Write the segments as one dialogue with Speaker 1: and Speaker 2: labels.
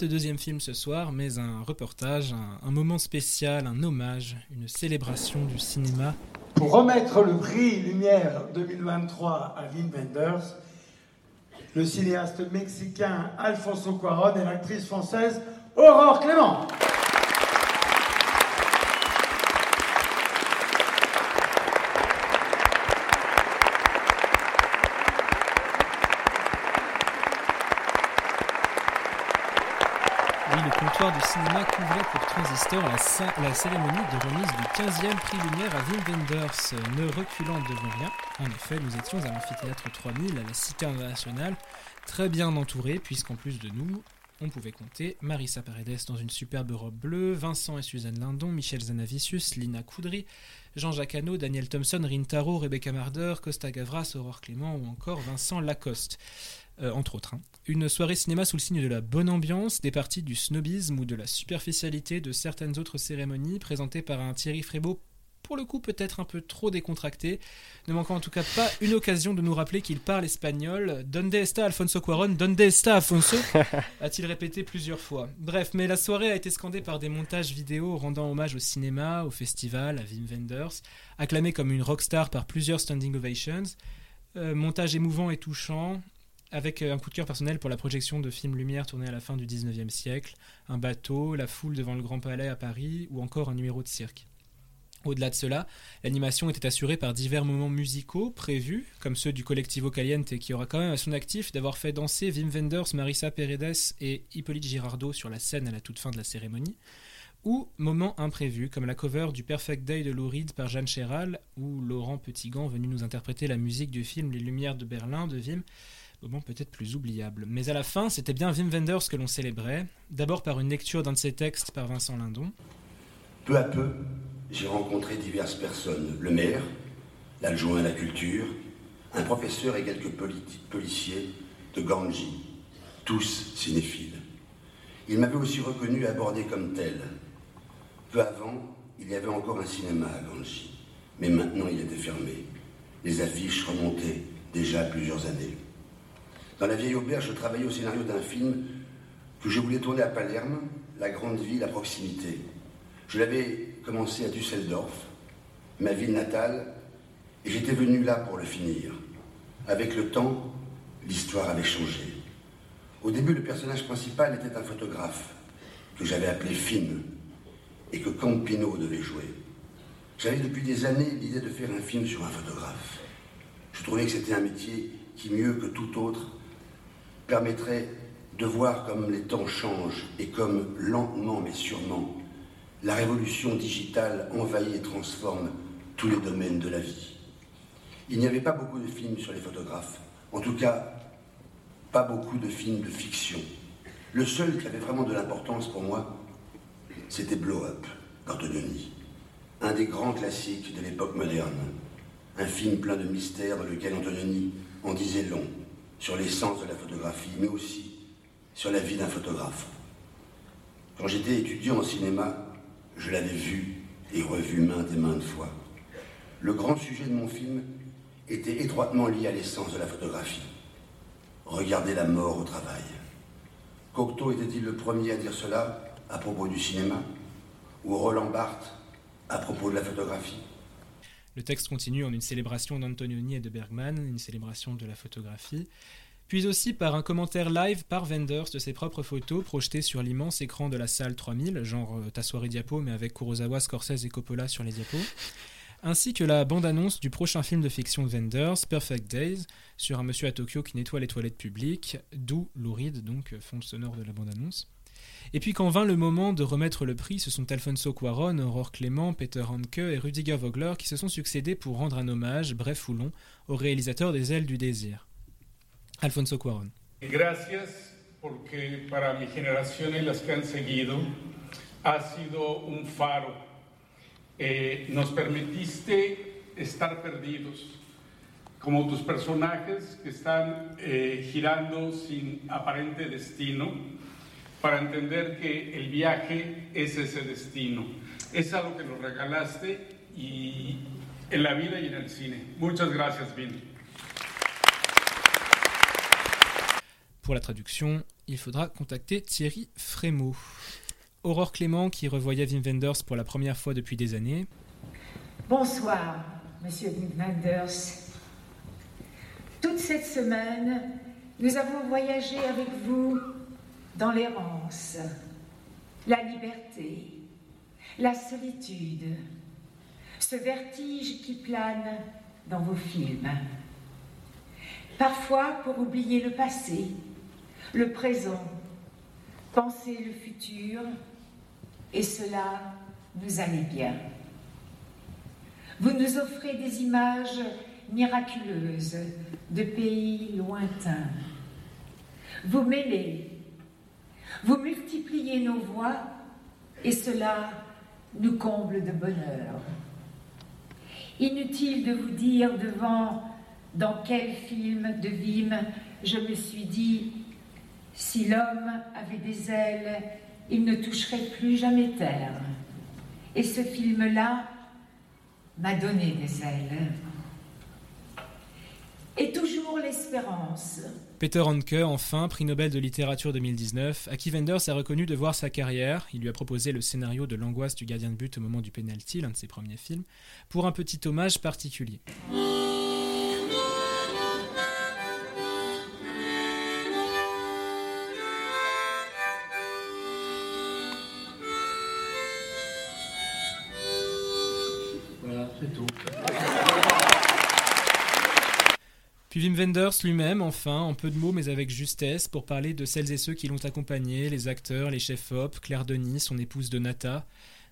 Speaker 1: de deuxième film ce soir, mais un reportage, un, un moment spécial, un hommage, une célébration du cinéma.
Speaker 2: Pour remettre le prix Lumière 2023 à Lynn Wenders, le cinéaste mexicain Alfonso Cuaron et l'actrice française Aurore Clément.
Speaker 1: Oui, le comptoir du cinéma couvrait pour Transistor la, sa- la cérémonie de remise du 15e prix Lumière à Wim Wenders, ne reculant devant rien. En effet, nous étions à l'amphithéâtre 3000, à la Cité internationale, très bien entourés, puisqu'en plus de nous, on pouvait compter Marissa Paredes dans une superbe robe bleue, Vincent et Suzanne Lindon, Michel Zanavicius, Lina Coudry, Jean-Jacques Hano, Daniel Thompson, Rintaro, Rebecca Marder, Costa Gavras, Aurore Clément ou encore Vincent Lacoste, euh, entre autres. hein. Une soirée cinéma sous le signe de la bonne ambiance, des parties du snobisme ou de la superficialité de certaines autres cérémonies présentées par un Thierry Frébeau pour le coup peut-être un peu trop décontracté, ne manquant en tout cas pas une occasion de nous rappeler qu'il parle espagnol. Donde está Alfonso Cuaron Donde está Alfonso a-t-il répété plusieurs fois. Bref, mais la soirée a été scandée par des montages vidéo rendant hommage au cinéma, au festival, à Wim Wenders, acclamé comme une rockstar par plusieurs standing ovations. Euh, montage émouvant et touchant, avec euh, un coup de cœur personnel pour la projection de films Lumière tournés à la fin du 19e siècle, un bateau, la foule devant le Grand Palais à Paris, ou encore un numéro de cirque. Au-delà de cela, l'animation était assurée par divers moments musicaux prévus, comme ceux du Collectivo Caliente, qui aura quand même à son actif d'avoir fait danser Wim Wenders, Marissa Paredes et Hippolyte Girardot sur la scène à la toute fin de la cérémonie, ou moments imprévus, comme la cover du Perfect Day de Lou Reed par Jeanne Chéral, ou Laurent Petitgan venu nous interpréter la musique du film Les Lumières de Berlin de Wim, moment peut-être plus oubliable. Mais à la fin, c'était bien Wim Wenders que l'on célébrait, d'abord par une lecture d'un de ses textes par Vincent Lindon,
Speaker 3: Peu à peu, j'ai rencontré diverses personnes, le maire, l'adjoint à la culture, un professeur et quelques politi- policiers de Ganji, tous cinéphiles. Ils m'avaient aussi reconnu et abordé comme tel. Peu avant, il y avait encore un cinéma à Ganji, mais maintenant il était fermé. Les affiches remontaient déjà plusieurs années. Dans la vieille auberge, je travaillais au scénario d'un film que je voulais tourner à Palerme, la grande ville à proximité. Je l'avais commencé à Düsseldorf, ma ville natale, et j'étais venu là pour le finir. Avec le temps, l'histoire avait changé. Au début, le personnage principal était un photographe que j'avais appelé Finn et que Campino devait jouer. J'avais depuis des années l'idée de faire un film sur un photographe. Je trouvais que c'était un métier qui, mieux que tout autre, permettrait de voir comme les temps changent et comme lentement mais sûrement la révolution digitale envahit et transforme tous les domaines de la vie. Il n'y avait pas beaucoup de films sur les photographes, en tout cas pas beaucoup de films de fiction. Le seul qui avait vraiment de l'importance pour moi, c'était Blow Up d'Antonioni, un des grands classiques de l'époque moderne. Un film plein de mystères dans lequel Antonioni en disait long sur l'essence de la photographie, mais aussi sur la vie d'un photographe. Quand j'étais étudiant en cinéma, je l'avais vu et revu maintes et maintes fois. Le grand sujet de mon film était étroitement lié à l'essence de la photographie. Regarder la mort au travail. Cocteau était-il le premier à dire cela à propos du cinéma Ou Roland Barthes à propos de la photographie
Speaker 1: Le texte continue en une célébration d'Antonioni et de Bergman, une célébration de la photographie, puis aussi par un commentaire live par Wenders de ses propres photos projetées sur l'immense écran de la salle 3000, genre euh, ta soirée diapo, mais avec Kurosawa, Scorsese et Coppola sur les diapos, ainsi que la bande-annonce du prochain film de fiction de Wenders, Perfect Days, sur un monsieur à Tokyo qui nettoie les toilettes publiques, d'où Lou Reed, donc euh, fond sonore de la bande-annonce. Et puis quand vint le moment de remettre le prix, ce sont Alfonso Cuaron, Aurore Clément, Peter Hanke et Rudiger Vogler qui se sont succédés pour rendre un hommage, bref ou long, au réalisateur des Ailes du désir. Alfonso Cuaron.
Speaker 4: Y Gracias porque para mi generación y las que han seguido ha sido un faro. Eh, nos permitiste estar perdidos, como tus personajes que están eh, girando sin aparente destino, para entender que el viaje es ese destino. Es algo que nos regalaste y en la vida y en el cine. Muchas gracias, Vin.
Speaker 1: Pour la traduction, il faudra contacter Thierry Frémaux. Aurore Clément qui revoyait Wim Wenders pour la première fois depuis des années.
Speaker 5: Bonsoir, Monsieur Winders. Toute cette semaine, nous avons voyagé avec vous dans l'errance, la liberté, la solitude, ce vertige qui plane dans vos films. Parfois pour oublier le passé, le présent, penser le futur, et cela nous allait bien. Vous nous offrez des images miraculeuses de pays lointains. Vous mêlez, vous multipliez nos voix et cela nous comble de bonheur. Inutile de vous dire devant dans quel film de Vime je me suis dit si l'homme avait des ailes, il ne toucherait plus jamais terre. Et ce film-là, m'a donné des ailes. Et toujours l'espérance.
Speaker 1: Peter Hanke, enfin, prix Nobel de littérature 2019, à qui Wenders a reconnu de voir sa carrière, il lui a proposé le scénario de L'angoisse du gardien de but au moment du penalty, l'un de ses premiers films, pour un petit hommage particulier. Puis Wim Wenders lui-même, enfin, en peu de mots mais avec justesse, pour parler de celles et ceux qui l'ont accompagné, les acteurs, les chefs-op, Claire Denis, son épouse de Nata.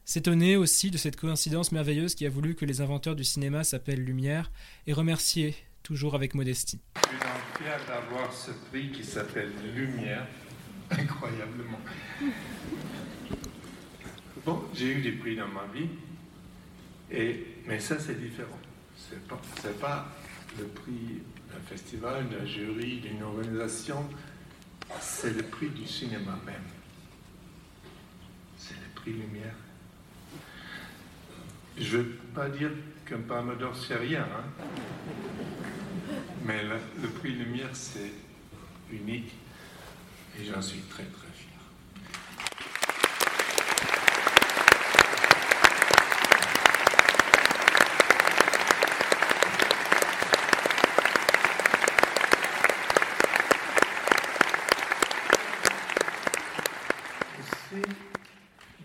Speaker 1: S'étonner aussi de cette coïncidence merveilleuse qui a voulu que les inventeurs du cinéma s'appellent Lumière, et remercier, toujours avec modestie.
Speaker 4: Je suis donc fier d'avoir ce prix qui s'appelle Lumière, incroyablement. Bon, j'ai eu des prix dans ma vie, et, mais ça c'est différent. C'est pas, c'est pas le prix d'un festival, d'un jury, d'une organisation, c'est le prix du cinéma même. C'est le prix Lumière. Je ne veux pas dire qu'un palme d'or, c'est rien. hein. Mais le, le prix Lumière, c'est unique. Et j'en suis très, très fier. Aussi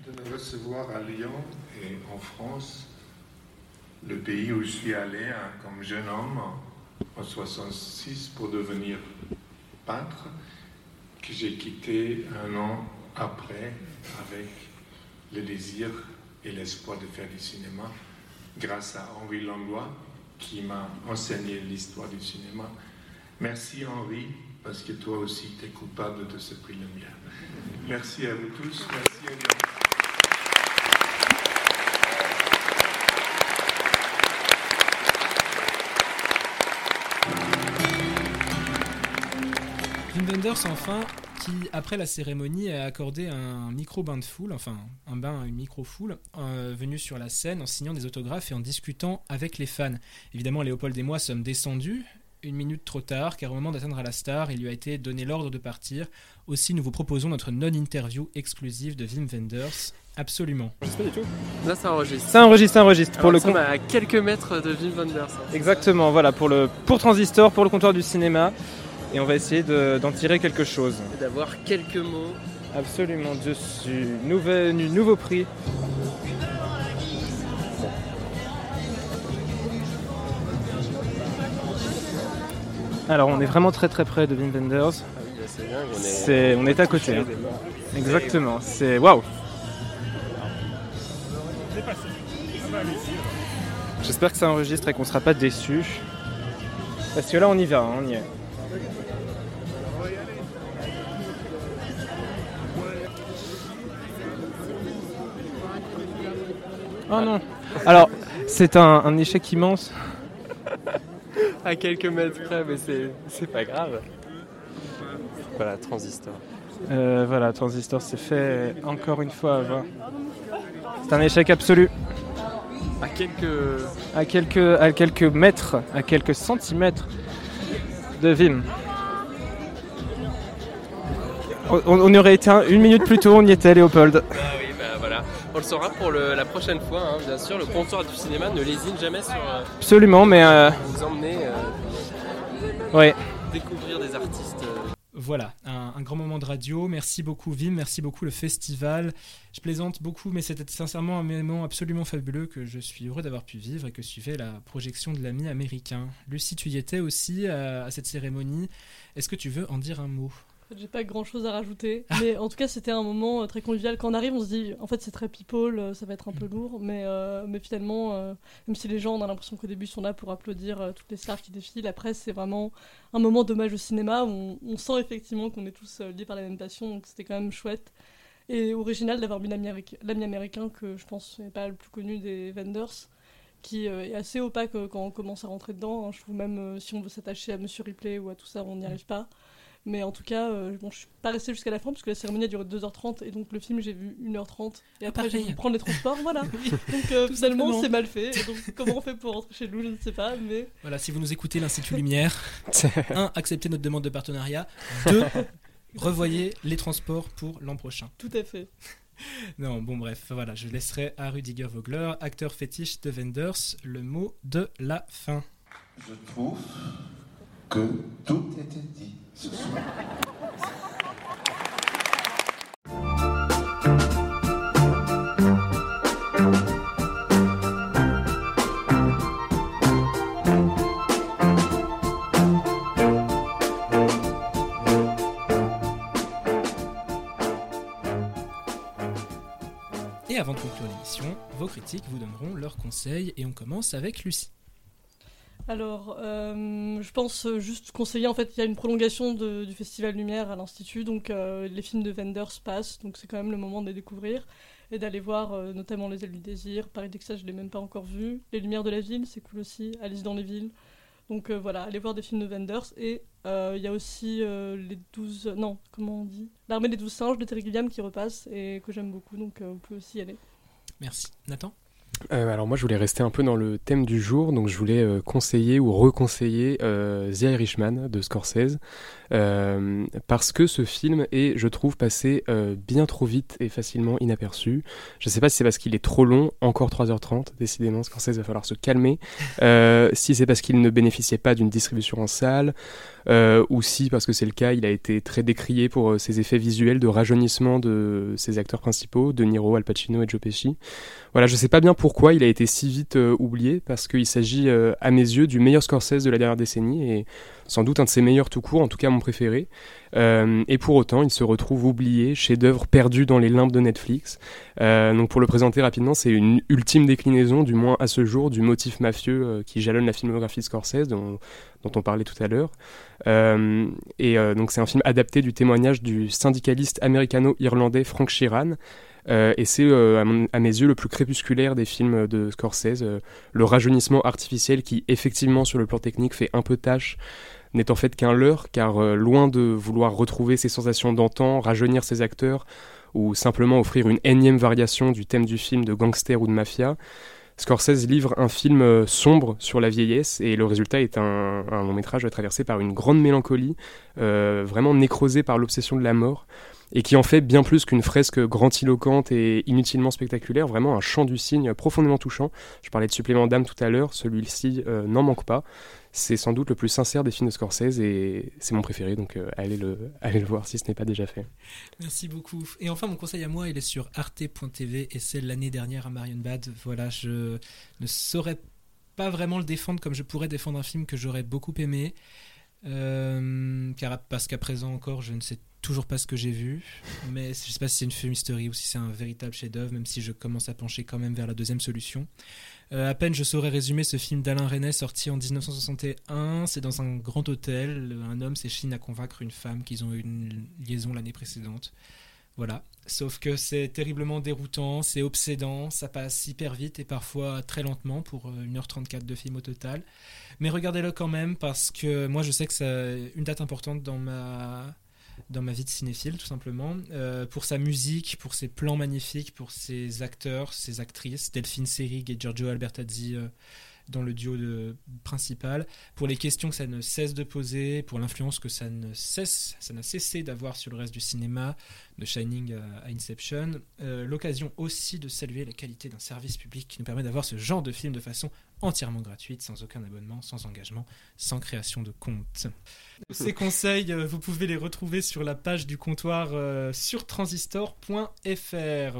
Speaker 4: de me recevoir à Lyon et en France, le pays où je suis allé hein, comme jeune homme en- en 66 pour devenir peintre, que j'ai quitté un an après avec le désir et l'espoir de faire du cinéma grâce à Henri Langlois qui m'a enseigné l'histoire du cinéma. Merci Henri, parce que toi aussi tu es coupable de ce prix Lumière. Merci à vous tous. Merci à Lyon.
Speaker 1: Wim Wenders, enfin, qui, après la cérémonie, a accordé un micro-bain de foule, enfin, un bain à une micro-foule, euh, venue sur la scène en signant des autographes et en discutant avec les fans. Évidemment, Léopold et moi sommes descendus, une minute trop tard, car au moment d'atteindre la star, il lui a été donné l'ordre de partir. Aussi, nous vous proposons notre non-interview exclusive de Wim Wenders. Absolument.
Speaker 6: Là, ça enregistre.
Speaker 7: Ça enregistre, ça enregistre. Pour
Speaker 6: Alors,
Speaker 7: le
Speaker 6: nous
Speaker 7: com-
Speaker 6: sommes à quelques mètres de Wim Wenders. hein.
Speaker 7: Exactement, voilà, pour, le, pour Transistor, pour le comptoir du cinéma. Et on va essayer de- d'en tirer quelque chose.
Speaker 6: Et D'avoir quelques mots.
Speaker 7: Absolument, dessus. Nouvel, nu- nouveau prix. Alors, on est vraiment très très près de Wim Wenders.
Speaker 6: Ah oui, là, c'est dingue, on est-
Speaker 7: C'est- on est à côté, hein. Exactement, c'est waouh. J'espère que ça enregistre et qu'on sera pas déçus. Parce que là, on y va, hein, on y est. Oh non Alors, c'est un, un échec immense.
Speaker 6: À quelques mètres près, mais c'est, c'est pas grave. Voilà, transistor.
Speaker 7: Euh, voilà, Transistor s'est fait encore une fois avoir. C'est un échec absolu.
Speaker 6: À quelques.
Speaker 7: à quelques, à quelques mètres, à quelques centimètres de Vim. On, on aurait été un- une minute plus tôt, on y était, Léopold.
Speaker 6: Ah oui, bah voilà. On le saura pour le- la prochaine fois, hein. bien sûr. Le comptoir du cinéma ne lésine jamais sur euh,
Speaker 7: Absolument, mais euh,
Speaker 6: vous emmener euh,
Speaker 7: ouais.
Speaker 6: découvrir des artistes. euh,
Speaker 1: Voilà, un, un grand moment de radio. Merci beaucoup Vim, merci beaucoup le festival. Je plaisante beaucoup, mais c'était sincèrement un moment absolument fabuleux que je suis heureux d'avoir pu vivre et que suivait la projection de l'ami américain. Lucie, tu y étais aussi euh, à cette cérémonie. Est-ce que tu veux en dire un mot
Speaker 8: En fait, J'ai pas grand chose à rajouter, mais en tout cas c'était un moment euh, très convivial. Quand on arrive, on se dit en fait c'est très people, euh, ça va être un peu lourd, mais, euh, mais finalement, euh, même si les gens on a l'impression qu'au début sont là pour applaudir euh, toutes les stars qui défilent, après c'est vraiment un moment d'hommage au cinéma où on, on sent effectivement qu'on est tous euh, liés par la même passion, donc c'était quand même chouette et original d'avoir vu l'ami améric- l'ami américain que je pense n'est pas le plus connu des vendors qui euh, est assez opaque euh, quand on commence à rentrer dedans. hein. Je trouve même euh, si on veut s'attacher à Monsieur Ripley ou à tout ça, on n'y arrive pas. Mais en tout cas, euh, bon, je suis pas restée jusqu'à la fin parce que la cérémonie a duré 2h30 et donc le film j'ai vu 1h30 et après j'ai
Speaker 1: Ah, pareil.
Speaker 8: dû prendre les transports, voilà. Donc euh,
Speaker 1: Tout
Speaker 8: finalement
Speaker 1: simplement.
Speaker 8: c'est mal fait. Et donc comment on fait pour rentrer chez nous, je ne sais pas. Mais
Speaker 1: Voilà, si vous nous écoutez, l'Institut Lumière, 1. Acceptez notre demande de partenariat. 2. Revoyez les transports pour l'an prochain.
Speaker 8: tout à fait.
Speaker 1: Non, bon bref, voilà, je laisserai à Rudiger Vogler, acteur fétiche de Wenders, le mot de la fin.
Speaker 9: Je trouve que tout était dit ce soir.
Speaker 1: Et avant de conclure l'émission, vos critiques vous donneront leurs conseils et on commence avec Lucie.
Speaker 8: Alors, euh, je pense euh, juste conseiller, en fait, il y a une prolongation de- du Festival Lumière à l'Institut, donc euh, les films de Wenders passent, donc c'est quand même le moment de les découvrir et d'aller voir euh, notamment Les Ailes du Désir, Paris Texas, je l'ai même pas encore vu, Les Lumières de la Ville, c'est cool aussi, Alice dans les Villes, donc euh, voilà, allez voir des films de Wenders, et euh, il y a aussi euh, Les 12, non, comment on dit L'Armée des 12 singes de Terry Gilliam qui repasse et que j'aime beaucoup, donc euh, vous pouvez aussi y aller.
Speaker 1: Merci. Nathan
Speaker 6: Euh, alors moi je voulais rester un peu dans le thème du jour, donc je voulais euh, conseiller ou reconseiller euh, The Irishman de Scorsese, euh, parce que ce film est, je trouve, passé euh, bien trop vite et facilement inaperçu. Je sais pas si c'est parce qu'il est trop long, encore 3h30, décidément Scorsese va falloir se calmer, Euh, si c'est parce qu'il ne bénéficiait pas d'une distribution en salle, euh, ou si, parce que c'est le cas, il a été très décrié pour euh, ses effets visuels de rajeunissement de ses acteurs principaux, De Niro, Al Pacino et Joe Pesci. Voilà, je sais pas bien pourquoi il a été si vite euh, oublié, parce qu'il s'agit, euh, à mes yeux, du meilleur Scorsese de la dernière décennie, et sans doute un de ses meilleurs tout court, en tout cas mon préféré. Euh, et pour autant, il se retrouve oublié, chef-d'œuvre perdu dans les limbes de Netflix. Euh, donc pour le présenter rapidement, c'est une ultime déclinaison, du moins à ce jour, du motif mafieux euh, qui jalonne la filmographie de Scorsese, dont, dont on parlait tout à l'heure. Euh, et euh, donc c'est un film adapté du témoignage du syndicaliste américano-irlandais Frank Sheeran, euh, et c'est, euh, à, mon- à mes yeux, le plus crépusculaire des films de Scorsese. euh, le rajeunissement artificiel qui, effectivement, sur le plan technique, fait un peu tâche, n'est en fait qu'un leurre, car euh, loin de vouloir retrouver ses sensations d'antan, rajeunir ses acteurs, ou simplement offrir une énième variation du thème du film de gangster ou de mafia, Scorsese livre un film euh, sombre sur la vieillesse, et le résultat est un, un long métrage traversé par une grande mélancolie, euh, vraiment nécrosé par l'obsession de la mort et qui en fait bien plus qu'une fresque grandiloquente et inutilement spectaculaire, vraiment un chant du cygne profondément touchant. Je parlais de supplément d'âme tout à l'heure, celui-ci euh, n'en manque pas. C'est sans doute le plus sincère des films de Scorsese et c'est mon préféré, donc euh, allez, le, allez le voir si ce n'est pas déjà fait.
Speaker 1: Merci beaucoup. Et enfin, mon conseil à moi, il est sur arte.tv et c'est l'année dernière à Marienbad. Voilà, je ne saurais pas vraiment le défendre comme je pourrais défendre un film que j'aurais beaucoup aimé. Euh, car, parce qu'à présent encore, je ne sais toujours pas ce que j'ai vu. Mais je ne sais pas si c'est une fumisterie ou si c'est un véritable chef-d'œuvre, même si je commence à pencher quand même vers la deuxième solution. Euh, à peine je saurais résumer ce film d'Alain Resnais sorti en 1961. C'est dans un grand hôtel. Un homme s'échine à convaincre une femme qu'ils ont eu une liaison l'année précédente. Voilà. Sauf que c'est terriblement déroutant, c'est obsédant, ça passe hyper vite et parfois très lentement pour euh, 1h34 de film au total. Mais regardez-le quand même parce que moi je sais que c'est une date importante dans ma dans ma vie de cinéphile tout simplement Euh, pour sa musique pour ses plans magnifiques pour ses acteurs ses actrices Delphine Seyrig et Giorgio Albertazzi euh, dans le duo de- principal, pour les questions que ça ne cesse de poser, pour l'influence que ça ne cesse, ça n'a cessé d'avoir sur le reste du cinéma, de Shining à, à Inception. Euh, L'occasion aussi de saluer la qualité d'un service public qui nous permet d'avoir ce genre de film de façon entièrement gratuite, sans aucun abonnement, sans engagement, sans création de compte. Ces conseils, euh, vous pouvez les retrouver sur la page du comptoir euh, sur transistor.fr.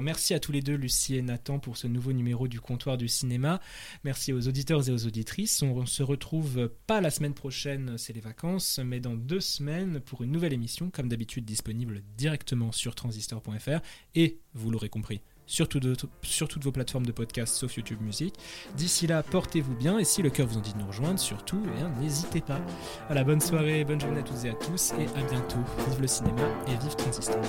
Speaker 1: Merci à tous les deux, Lucie et Nathan, pour ce nouveau numéro du comptoir du cinéma. Merci aux auditeurs et aux auditrices. On se retrouve euh, pas la semaine prochaine, euh, c'est les vacances, mais dans deux semaines pour une nouvelle émission, comme d'habitude disponible directement sur transistor.fr et, vous l'aurez compris, sur, tout d'autres- sur toutes vos plateformes de podcast sauf YouTube Music. D'ici là, portez-vous bien et si le cœur vous en dit de nous rejoindre, surtout, eh bien, n'hésitez pas. Voilà, bonne soirée, bonne journée à toutes et à tous et à bientôt. Vive le cinéma et vive Transistor.